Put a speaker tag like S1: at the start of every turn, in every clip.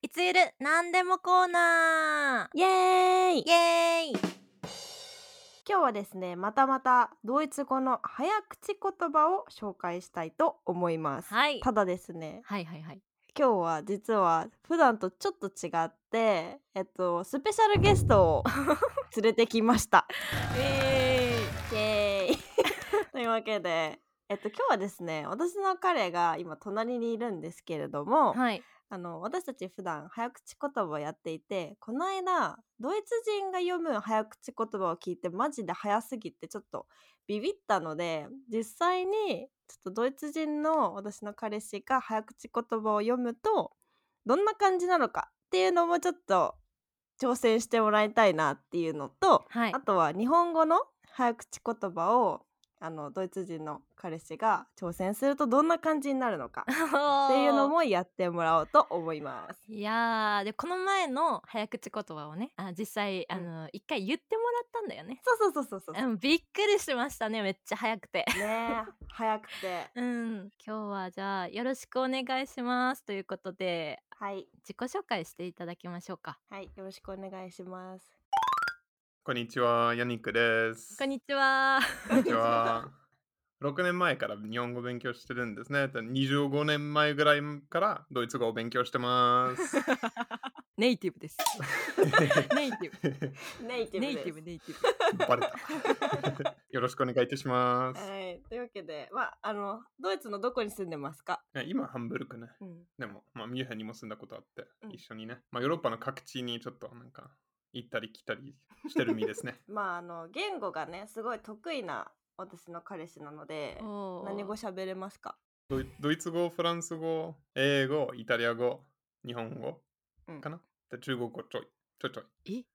S1: いつゆるなんでもコーナ
S2: イエーイ
S1: ーイエーイ
S2: 今日はですねまたまたドイツ語の早口言葉を紹介したいと思います、
S1: はい
S2: ただですね
S1: はいはいはい
S2: 今日は実は普段とちょっと違ってえっとスペシャルゲストを連れてきました
S1: え
S2: イエーイ というわけでえっと今日はですね私の彼が今隣にいるんですけれども、
S1: はい
S2: あの私たち普段早口言葉をやっていてこの間ドイツ人が読む早口言葉を聞いてマジで早すぎてちょっとビビったので実際にちょっとドイツ人の私の彼氏が早口言葉を読むとどんな感じなのかっていうのもちょっと挑戦してもらいたいなっていうのと
S1: はい
S2: あとは日本語の早口言葉をあのドイツ人の彼氏が挑戦するとどんな感じになるのかっていうのもやってもらおうと思います。
S1: いやーでこの前の早口言葉をねあ実際あの一回言ってもらったんだよね
S2: そうそうそうそうそう。
S1: うんびっくりしましたねめっちゃ早くて
S2: ねえ、早くて。
S1: うん今日はじゃあよろしくお願いしますということで
S2: はい、
S1: 自己紹介していただきましょうか
S2: はい、よろしくお願いし ます。
S3: こんにちは、ヤニックです。
S1: こんにちは
S3: こんにちは。6年前から日本語勉強してるんですね。で25年前ぐらいからドイツ語を勉強し てます。
S1: ネイティブです ネイティ
S2: ネイテ
S1: ブ
S2: ィブ
S1: ネ
S2: です。
S1: イティブネイティブ
S3: バレた。よろしくお願いいたします。
S2: はい、というわけで、まあ、あの、ドイツのどこに住んでますか。
S3: 今、ハンブルクね。
S2: うん、
S3: でも、まあ、ミュンヘンにも住んだことあって、
S2: うん。
S3: 一緒にね、まあ、ヨーロッパの各地にちょっとなんか行ったり来たりしてる身ですね
S2: まあ、あの、言語がね、すごい得意な私の彼氏なので。
S1: おー
S2: 何語喋れますか。
S3: ドイドイツ語、フランス語、英語、イタリア語、日本語
S2: うん
S3: かな、で中国語ちょい、ちょいちょい。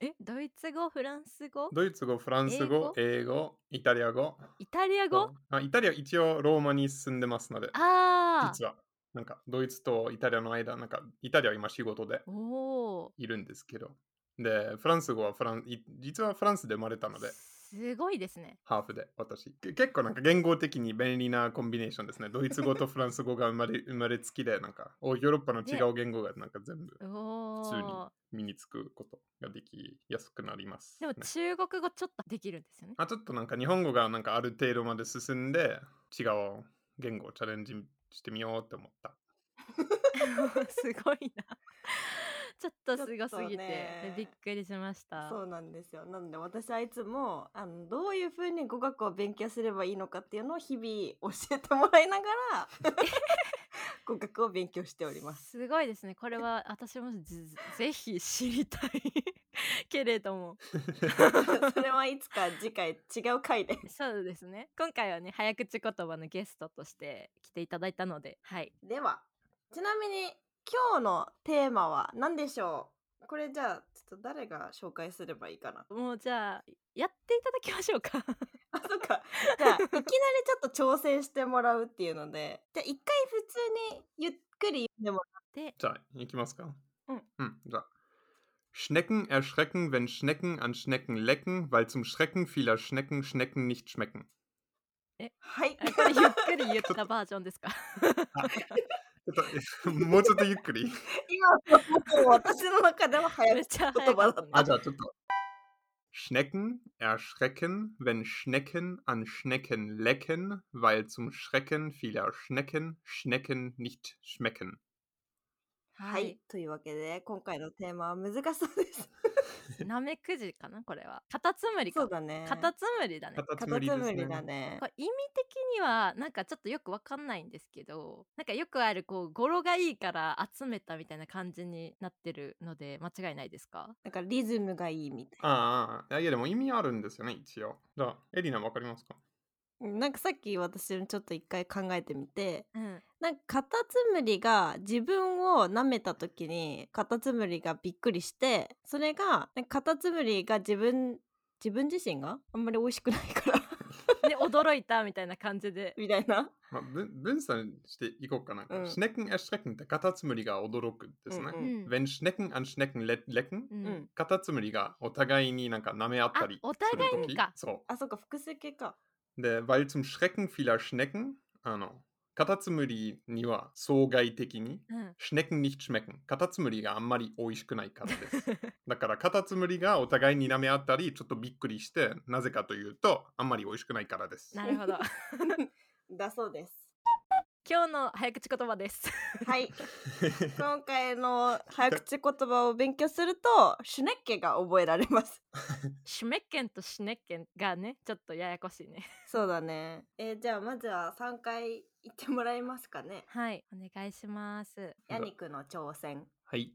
S1: え えドイツ語フランス語
S3: ドイツ語、フランス語、英語、イタリア語。
S1: イタリア語
S3: あイタリア一応ローマに住んでますので、
S1: あ
S3: 実はなんかドイツとイタリアの間、なんかイタリアは今仕事で
S1: あおお
S3: いるんですけど、で、フランス語はフランい実はフランスで生まれたので、
S1: すごいですね
S3: ハーフで私。け結構なんか言語的に便利なコンビネーションですね。ドイツ語とフランス語が生まれ 生まれつきで、なんかおヨーロッパの違う言語がなんか全部
S1: お
S3: 普通に
S1: お
S3: 身につくことができやすくなります、
S1: でも
S3: ね
S1: 中国語ちょっとできるんです よね
S3: あちょっとなんか日本語がなんかある程度まで進んで違う言語をチャレンジしてみようって思った。
S1: すごいな。 ちょっとすごすぎて、
S2: ちょっとね
S1: びっくりしました。
S2: そうなんですよ。なので、私はいつも、あの、どういうふうに語学を勉強すればいいのかっていうのを日々教えてもらいなが ら。語学を勉強しており ます。
S1: すごいですね。これは私もぜぜひ知りたい けれども。
S2: それはいつか次回違う回で。
S1: そうですね。今回はね、早口言葉のゲストとして来ていただいたので、はい。
S2: では、ちなみに今日のテーマは何でしょうこれじゃあ、ちょっと誰が紹介すればいいかな。
S1: もうじゃあ、やっていただきましょうか。
S2: あ、そっか。じゃあ、いきなりちょっと挑戦してもらうっていうので、じゃあ一回普通にゆっくり読んでも
S1: で、
S3: じゃあ、行きますか。
S2: うん。
S3: じゃあ。Schnecken erschrecken, wenn Schnecken an Schnecken lecken, weil zum Schrecken vieler Schnecken Schnecken nicht schmecken.
S2: はい。
S1: あこれゆっくり言ったバージョンですか。
S3: ちょ っともうちょっとゆっ くり。
S2: 今のもう 私の中では 早
S1: めっ
S2: 口
S1: ちゃ
S2: 言
S1: 早か
S2: 葉
S1: っ
S2: だ
S1: た
S2: っ
S1: ね。
S3: あ、じゃあちょっと。Schnecken erschrecken, wenn Schnecken an Schnecken lecken, weil zum Schrecken vieler Schnecken Schnecken nicht schmecken.
S2: はい、というわけで、今回のテーマは難しそうです。
S1: なめくじかな、これは。カタツムリ
S2: そ
S1: か
S2: う。だね。
S1: カタツムリだね。
S3: カタ
S2: カタ
S3: ツムリ
S2: ツ
S3: です
S2: ム
S3: ね
S2: リだね
S1: こ。れ意味的にはなんかちょっとよくわかんないんですけどなんかよくあるこう語呂がいいから集めたみたいな感じになってるので間違いないですか
S2: なんかリズムがいいみたい
S3: ああああ、いやでも意味あるんですよね、一応。じゃあ、エリナわかりますか
S2: うんなんかさっき私もちょっと一回考えてみて
S1: うん
S2: なんかカタツムリが自分を舐めた時にカタツムリがびっくりしてそれがなんかカタツムリが自分自分自身があんまり美味しくないから
S1: で驚いたみたいな感じで
S2: みたいな
S3: まあ、分分散していこうかな。
S2: うん
S3: Schnecken erschrecken ってカタツムリが驚くですね。
S2: うん
S1: うん
S3: Wenn Schnecken an Schnecken le- lecken、
S1: うん
S2: うん
S3: カタツムリがお互いになんか舐め合ったり
S1: あお互
S3: する
S1: いにか
S3: 時そ
S2: あそっか複数形か
S3: う。で、weil zum Schrecken vieler Schnecken、あの、カタツムリには総外的に
S1: うん
S3: シネクンにシメクンカタツムリがあんまり美味しくないからです だからカタツムリがお互いに舐め合ったりちょっとびっくりしてなぜかというとあんまり美味しくないからです
S1: なるほど
S2: だそうです。
S1: 今日の早口言葉です
S2: はい。今回の早口言葉を勉強すると、シュネッケが覚えられます。
S1: シュメッケンとシュネッケンがねちょっとややこしいね
S2: そうだね。えーじゃあまずは3回言ってもらえますかね。
S1: はいお願いします
S2: ヤニクの挑戦。
S3: はい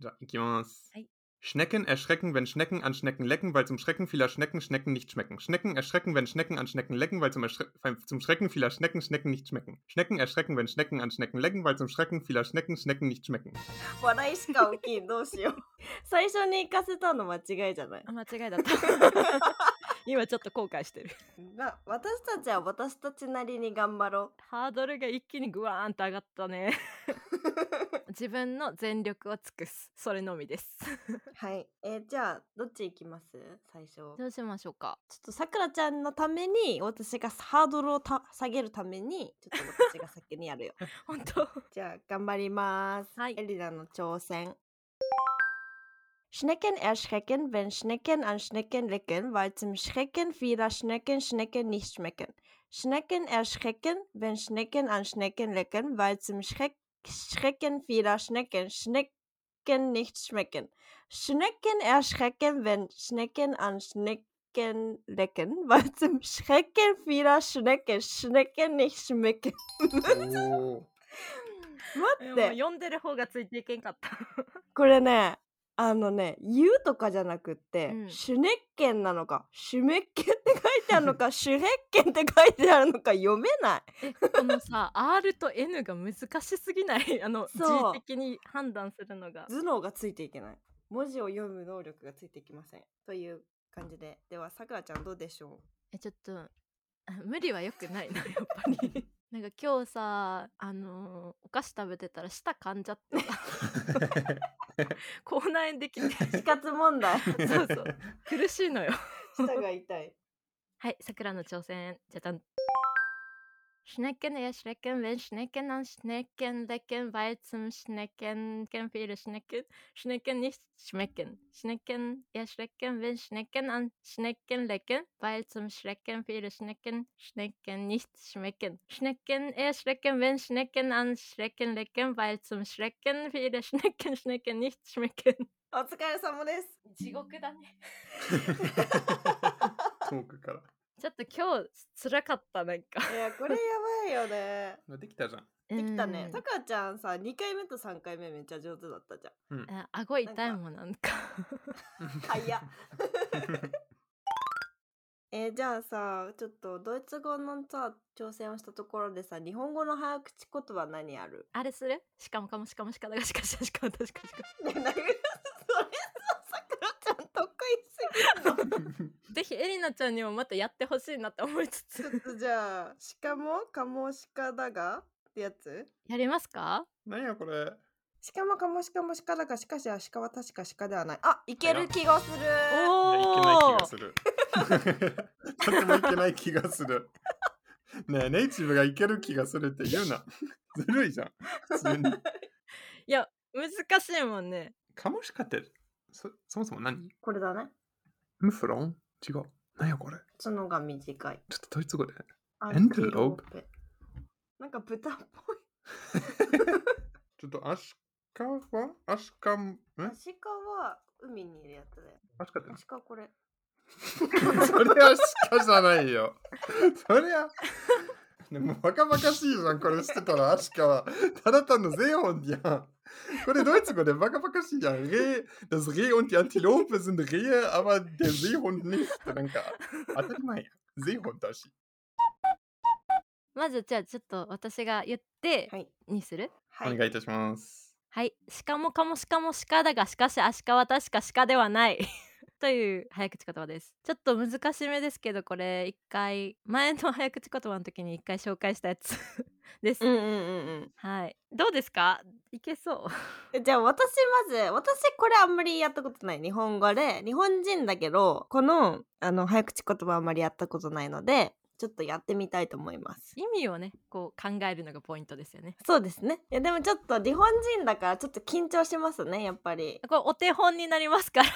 S3: じゃあ行きます、
S1: はい
S3: Schnecken erschrecken, wenn Schnecken an Schnecken lecken, weil zum Schrecken vieler Schnecken Schnecken nicht schmecken. Schnecken erschrecken, wenn Schnecken an Schnecken lecken, weil zum, Erschre weil zum Schrecken vieler Schnecken Schnecken nicht schmecken. Schnecken erschrecken, wenn Schnecken an Schnecken lecken, weil zum Schrecken vieler Schnecken Schnecken nicht schmecken.
S2: 笑いしか起きん。どうしよう。 最初に行かせたの間違いじゃな い
S1: あ。間違いだった 今ちょっと後悔してる
S2: な私たちは私たちなりに頑張ろ
S1: ハードルが一気にグワーンと上がった ね自分の全力を尽くすそれのみです
S2: う。はい。えーじゃあどっち行きます最初。ち ょ
S1: どうしましょうか
S2: っとさくらちゃんのために私がハードルをた下げるためにちょっと私が先にやるよ。
S1: 本当
S2: じゃあ頑張ります。
S1: はい
S2: エリナの挑戦。Schnecken erschrecken, wenn Schnecken an Schnecken lecken, weil zum Schrecken vieler Schnecken Schnecken nicht schmecken. Schnecken erschrecken, wenn Schnecken an Schnecken lecken, weil zum Schreck Schrecken vieler Schnecken Schnecken nicht schmecken. Schnecken erschrecken, wenn Schnecken an Schnecken lecken, weil zum Schrecken vieler Schnecken Schnecken nicht schmecken. 待って。
S1: 読んでる方がついていけんかった
S2: これねあのね「言う」とかじゃなくって「
S1: うん
S2: シュネッケン」なのか「シュメッケン」って書いてある のか「シュレッケン」って書いてあるのか読めない
S1: えこのさ R と N が難しすぎないあの
S2: そう
S1: G 的に判断するのが
S2: 頭脳がついていけない文字を読む能力がついていきませんという感じでではさくらちゃんどうでしょ
S1: えちょっとあ無理はよくないなやっぱりなんか今日さあのーお菓子食べてたら舌噛んじゃって 口内炎できて
S2: う死活問題
S1: そうそう苦しいのよ
S2: 舌が痛い
S1: はい、桜の挑戦。じゃじゃん。Schnecken, ja, Schnecken, wenn Schnecken an Schnecken lecken, weil zum Schnecken kennen viele Schnecken, Schnecken nicht schmecken. Schnecken, ja, Schnecken, wenn Schnecken an Schnecken lecken, weil zum Schrecken viele Schnecken, Schnecken nicht schmecken. Schnecken, ja, Schnecken, wenn Schnecken an Schnecken lecken, weil zum Schrecken viele Schnecken, Schnecken nicht schmecken.
S2: お疲れ様です
S3: 遠くから
S1: ちょっと今日辛かった、なんか。
S2: いやこれやばいよね
S3: まあできたじゃん。
S2: できたね
S1: うん
S2: さくらちゃんさ2回目と3回目めっちゃ上手だったじゃん
S1: あ顎痛いもんなんか
S2: 早っ えーじゃあさちょっとドイツ語のさ挑戦をしたところでさ日本語の早口言葉何ある
S1: あれするしかもかもしかもしかだがしかしかしかも確かしか
S2: ねえなんか それささくらちゃん得意すぎるの
S1: ぜひエリナちゃんにもまたやってほしいなって思いつ
S2: ちょ
S1: つ
S2: っとじゃあしかもかもしかだがってやつ
S1: やりますか
S3: 何やこれ。
S2: しかもかもしかもしかだがしかしはしかは確かしかではないあいける気がする
S3: いやいけない気
S1: お
S3: がする。 とてもいけない気がする。 ねえ、ネイティブがいける気がするって言うな。 ずるいじゃん。普通に。
S1: いや難しいもんね
S3: カモシカってそそもそも何
S2: これだね
S3: ムフロン違う。何やこれ。
S2: 角が短い
S3: ちょっとドイツ語で。
S2: ア
S3: ンテロープ
S2: ンテなんか豚っぽい
S3: ちょっとアシカはアシカん
S2: アシカは海にいるやつだよ。
S3: アシカって
S2: アシカこれ。
S3: それは鹿じゃないよ。そりゃ。でもバカバカしいじゃん、これしてたら、アシカは。ただ単のゼオンじゃん。これドイツ語でバカバカしいじゃん。Reh, das Reh und die Antilope sind Rehe, aber der Seehund nicht. なんか、当たり前や。Seehund だし。
S1: まずじゃあちょっと私が言って
S2: はい。
S1: にする
S2: は
S3: お
S2: い。
S3: 願いいたします。
S1: はいしかもかもしかもしかだがしかしアシカは確か鹿ではない という早口言葉ですちょっと難しめですけどこれ一回前の早口言葉の時に一回紹介したやつ です、
S2: うんうんうん
S1: はいどうですかいけそう
S2: うん。じゃあ私まず私これあんまりやったことない日本語で日本人だけどこのあの早口言葉あんまりやったことないのでちょっとやってみたいと思います。
S1: 意味をねこう考えるのがポイントですよね
S2: そうですね。いやでもちょっと日本人だからちょっと緊張しますね、やっぱり。
S1: これお手本になりますから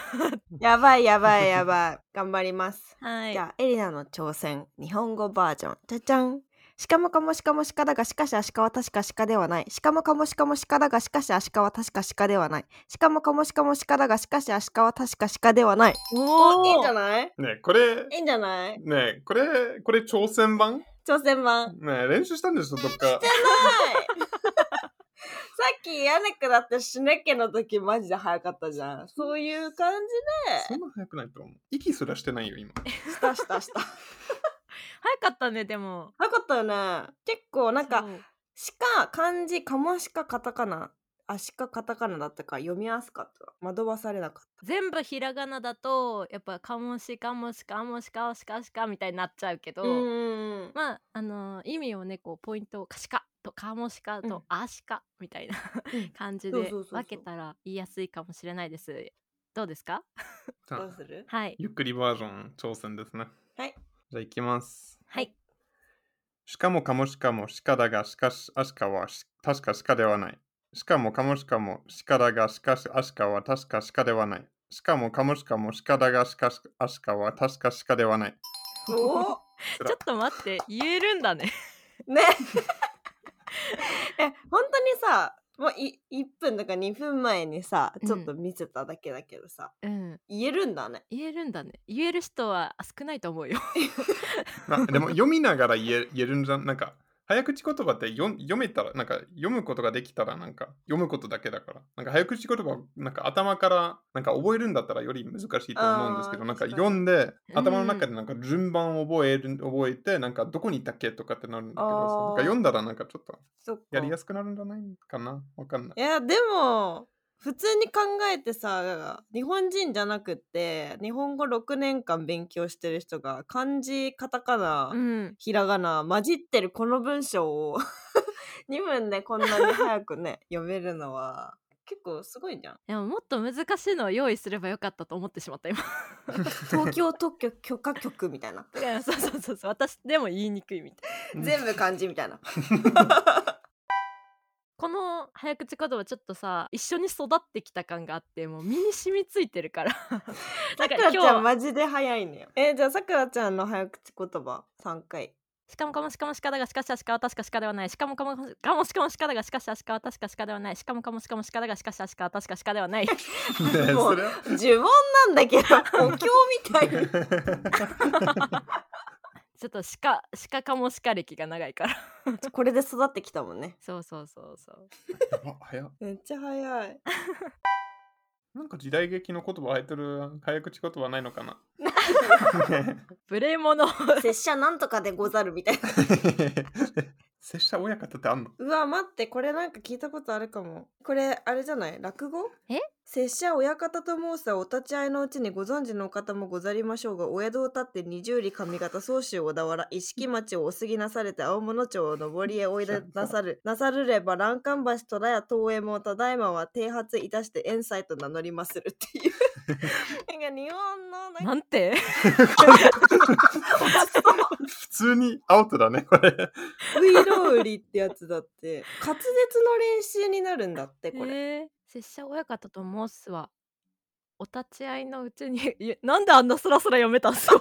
S2: やばいやばいやばい。頑張ります。
S1: はい
S2: じゃあ、エリナの挑戦、日本語バージョン。じゃじゃん。しかもかもしかもしかだがしかしアシカは確かシカではない。しかもかもしかもしかだがしかしアシカは確かシカではない。しかもかもしかもしかだがしかしアシカは確かシカではない。
S1: おー
S2: いいんじゃない
S3: ねこれ、
S2: いいんじゃない
S3: ねこれ、これ挑戦版ね
S2: 挑戦版。
S3: 練習したんでしょ、どっか。
S2: はい。 さっきヤネクだってシネケの時マジで早かったじゃん。そういう感
S3: そんな早くないと思う。息すらしてないよ、今。
S2: じでしたしたした。
S1: 早かったねでも
S2: 早かったよね。結構なんか
S1: そう
S2: しか漢字かもしかカタカナアシカカタカナだったから読みやすかった惑わされなかっ
S1: 全部ひらがなだとやっぱかもしかもしかもしかもしかしかみたいになっちゃうけど、
S2: たうん
S1: まああのー意味をねこうポイントをかしかとかもしか
S2: うん
S1: とあしかみたいな 感じ
S2: そうそう
S1: で
S2: そうそう
S1: 分けたら言いやすいかもしれないですどうですか
S3: さ
S2: ど
S3: あ
S2: うする
S1: はい
S3: ゆっくりバージョン挑戦ですね。
S2: はい。
S3: じゃあ、いきます。
S1: はい
S3: しかもかもしかもしかだがしかしアシカはし確かしかではない。しかもかもしかもしかだがしかしアシカは確かしかではない。しかもかもしかもしかだがしかしアシカは確かしかではない。
S2: お
S1: ちょっと待って言えるんだね
S2: ねえ本当にさもうい1分とか2分前にさちょっと見せただけだけどさ、
S1: うん
S2: 言えるんだね
S1: 言えるんだね言える人は少ないと思うよ
S3: まあでも読みなが ら言え言えるんじゃん。なんか早口言葉って読読めたら、なんか読むことができたらなんか読むことだけだから。なんか早口言葉をなんか頭からなんか覚えるんだったらより難しいと思うんですけ
S2: あー
S3: ど、なん
S2: 確
S3: か
S2: かに
S3: 読んで
S1: うん
S3: 頭の中でなんか順番を覚える覚えて、なんかどこにいたっけとかってなるんだけど、
S2: あー
S3: そうなんか読んだらなんかちょっと
S2: そっか
S3: やりやすくなるんじゃないかなわかんな
S2: い。
S3: い
S2: やでも普通に考えてさ日本人じゃなくって日本語6年間勉強してる人が漢字カタカナ、
S1: うん
S2: ひらがな混じってるこの文章を 2分でこんなに早く ね読めるのは結構すごいじゃん。
S1: でももっと難しいのを用意すればよかったと思ってしまった 今
S2: 東 京特許許可局みたいな
S1: だからそうそうそうそう私でも言いにくいみたい
S2: 全部漢字みたい な。
S1: この早口言葉ちょっとさ一緒に育ってきた感があってもう 身に染みついてるからな
S2: さ
S1: んか
S2: く
S1: 今
S2: ら
S1: 日
S2: ちゃん
S1: は
S2: マジで早いのよ。えじゃあさくらちゃんの早口言葉3回。
S1: しかもかもしかもしかだがしかしあしかは確かしかではないしかもかもかもしかもしかだがしかしあしかは確かしかではないしかもかもしかもしかだがしかしあしかは確かしかではない
S3: ねえ
S2: も
S3: そうれは
S2: 呪文なんだけ どお経みたいに。
S1: ちょっとしかしかかもしか歴が長いから
S2: これで育ってきたもんね。
S1: そうそうそうそう
S3: あ早っ
S2: めっちゃ早い。
S3: なんか時代劇の言葉入ってる早口言葉ないの かなね
S1: 無礼者
S2: 拙者なんとかでござるみたいな。
S3: え 拙者親方ってあんの
S2: うわ、待って、これなんか聞いたことあるかも。これ、あれじゃない落語
S1: え
S2: 拙者親方と申すはお立ち会いのうちにご存知のお方もござりましょうが、お江戸を立って二十里上方総州小田原、一色町をお過ぎなされて青物町を上りへおいでな さる。なさるれば欄干橋戸田屋東右衛門ただいまは剃髪いたして遠斎と名乗りまするっ ていう。なんか日本のなんか
S1: なんて
S3: 普通にアウトだねこれ
S2: ウイロウリってやつだって滑舌の練習になるんだってこれ、
S1: えー、拙者親方と申すはお立ち会いのうちに いやなんであんなスラスラ読めたんすか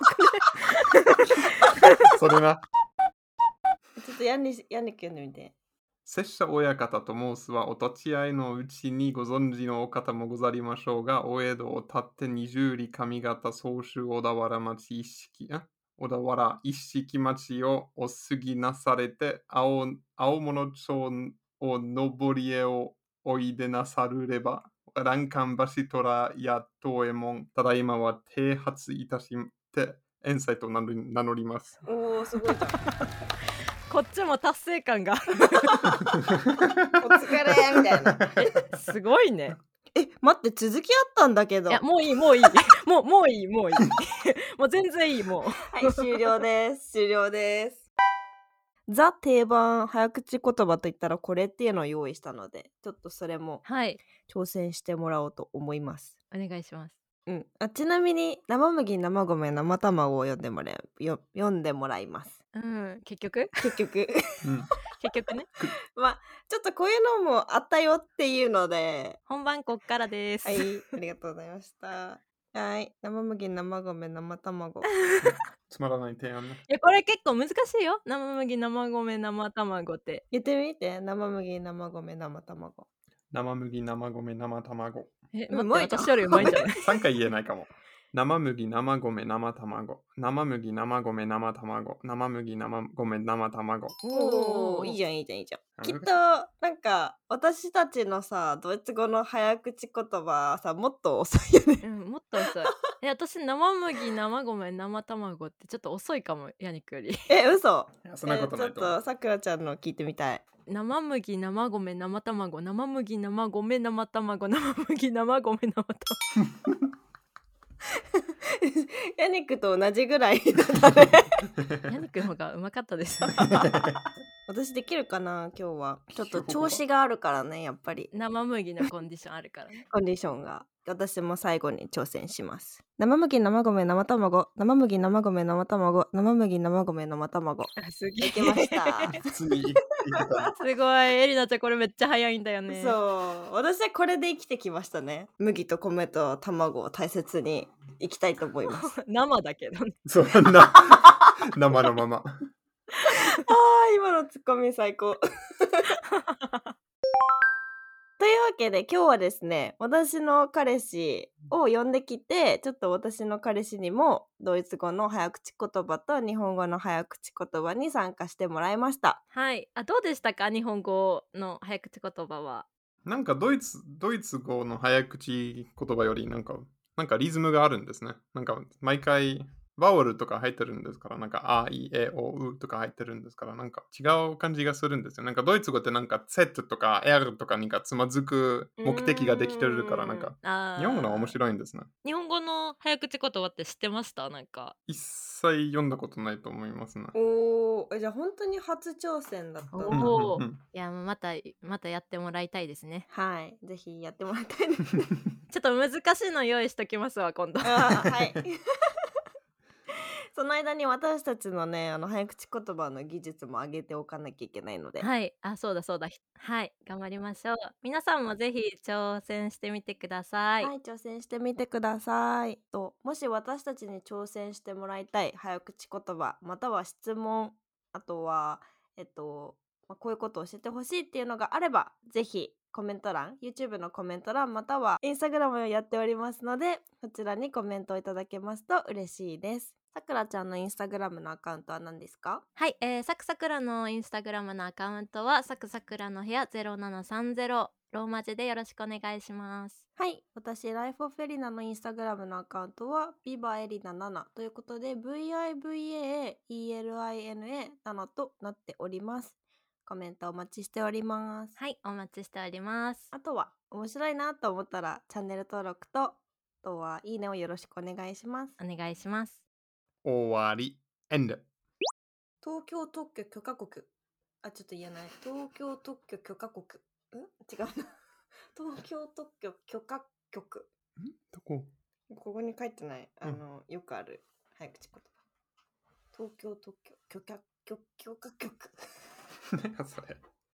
S3: それな
S2: ちょっとヤンニヤンニキ読んでみて
S3: 拙者親方と申すはお立ち会いのうちにご存知のお方もござりましょうがお江戸を立って二十里上方総州小田原町一式あ小田原一式町をお過ぎなされて青青物町を上りへをおいでなさるれば欄干橋虎や東右衛門ただいまは停発いたして遠斎と名乗り名乗ります
S2: おおすごいじゃん
S1: こっちも達成感が
S2: お疲れみたいな
S1: えすごい ね
S2: え待って続きあったんだけど
S1: いや
S2: は
S1: もういいもういい もうもういい もういいもう全然いいもう
S2: い終了です終了ですザ定番早口言葉といったらこれっていうのを用意したのでちょっとそれも
S1: はい
S2: 挑戦してもらおうと思います
S1: お願いします
S2: うん、あちなみに生麦生米生卵を読んでもらえよ読んでもらいます
S1: うん、結局
S2: 結 局
S3: うん、
S1: 結局ね。
S2: まあちょっとこういうのもあったよっていうので
S1: 本番こっからです。
S2: はいありがとうございましたはい生麦生米生卵
S3: つまらない提案ね。
S1: いやこれ結構難しいよ生麦生米生卵って
S2: 言ってみて生麦生米生卵
S3: 生麦、生米、生卵。
S1: え
S2: う
S1: 待
S2: ま
S1: っ
S2: いじ
S1: て
S2: ゃん
S1: 私よりうまいんじゃない
S3: 3回言えない かも。生麦、生米、生卵。生麦、生米、生卵。生麦、生米、生卵。
S2: おーいいじ
S1: ゃ
S2: ゃんいいじゃんいいじゃん
S3: あ
S2: きっとなんか私たちのさドイツ語の早口言葉さもっと遅いよね
S1: ん、うん、もっと遅いえ私生麦生米生卵ってちょっと遅いかもヤニックより
S2: え嘘
S3: いやそんなこと
S2: え
S3: な
S2: ちょ
S3: い
S2: っ
S3: と思
S2: と
S3: う。
S2: さくらちゃんの聞いてみたい
S1: 生麦生米生卵生麦生米生卵生麦生米生卵
S2: ヤニックと同じぐらいだったね
S1: ヤニックの方がうまかったです ね
S2: 私できるかな今日はちょっと調子があるからねやっぱり
S1: 生麦のコンディションあるからね
S2: コンディションが私も最後に挑戦します生麦生米生卵生麦生米生卵生麦生米生 卵
S1: すげ
S2: できました
S3: 普通に言ってた。
S1: すごいエリナちゃんこれめっちゃ早いんだよね
S2: そう私はこれで生きてきましたね麦と米と卵を大切にいきたいと思います
S1: 生だけどね
S3: そん な生のま
S2: あ
S3: ま。
S2: ー今のツッコミ最高 というわけで今日はですね私の彼氏を呼んできてちょっと私の彼氏にもドイツ語の早口言葉と日本語の早口言葉に参加してもらいました
S1: はいあどうでしたか日本語の早口言葉は
S3: なんかドイツ、ドイツ語の早口言葉よりなんか、なんかリズムがあるんですね。なんか毎回、バオルとか入ってるんですから、なんか、あ、い、え、お、うとか入ってるんですから、なんか違う感じがするんですよ。なんかドイツ語ってなんか、Z とか R とかにかつまずく目的ができてるから、なんか、日本語のは面
S1: い
S3: 白いんですね。
S1: 日本語の早口言葉って知ってましたなんか
S3: 一切読んだことないと思いますね。
S2: おーじゃあ本当に初挑戦だった
S1: ね
S3: うん
S1: おー
S3: うんうん
S1: いやまたまたやってもらいたいですね
S2: はいぜひやってもらいたいです
S1: ちょっと難しいの用意しときますわ 今度
S2: あーはい その間に私たちのねあの早口言葉の技術も上げておかなきゃいけないので、
S1: はいあそうだそうだひはい頑張りましょう皆さんもぜひ挑戦してみてください、
S2: はい、挑戦してみてください。と、もし私たちに挑戦してもらいたい早口言葉、または質問、あとは、えっと、まあ、こういうことを教えてほしいっていうのがあれば、ぜひコメント欄、YouTube のコメント欄、または Instagram をやっておりますので、そちらにコメントをいただけますと嬉しいです。さくらちゃんの Instagram のアカウントは何ですか
S1: はい、えー、サクサクラのインスタグラムのアカウントはサクサクラの部屋0730ローマ字でよろしくお願いします
S2: はい、私、ライフオフエリナのインスタグラムのアカウントは、ビバエリナ7ということで、VIVAELINA7 となっております。コメントお待ちしております。
S1: はいお待ちしております
S2: あとは、面白いなと思ったら、チャンネル登録と、あとは、いいねをよろしくお願いします。
S1: お願いします
S3: 終わり。エンド。
S2: 東京特許許可国。あ、ちょっと言えない。東京特許許可国。ん違うな。 東京特許許可局。
S3: どこ
S2: ここに書いてない、
S3: うん
S2: あの、よくある早口言 葉。東京特許、許可、許許可局。
S3: 何やそれ。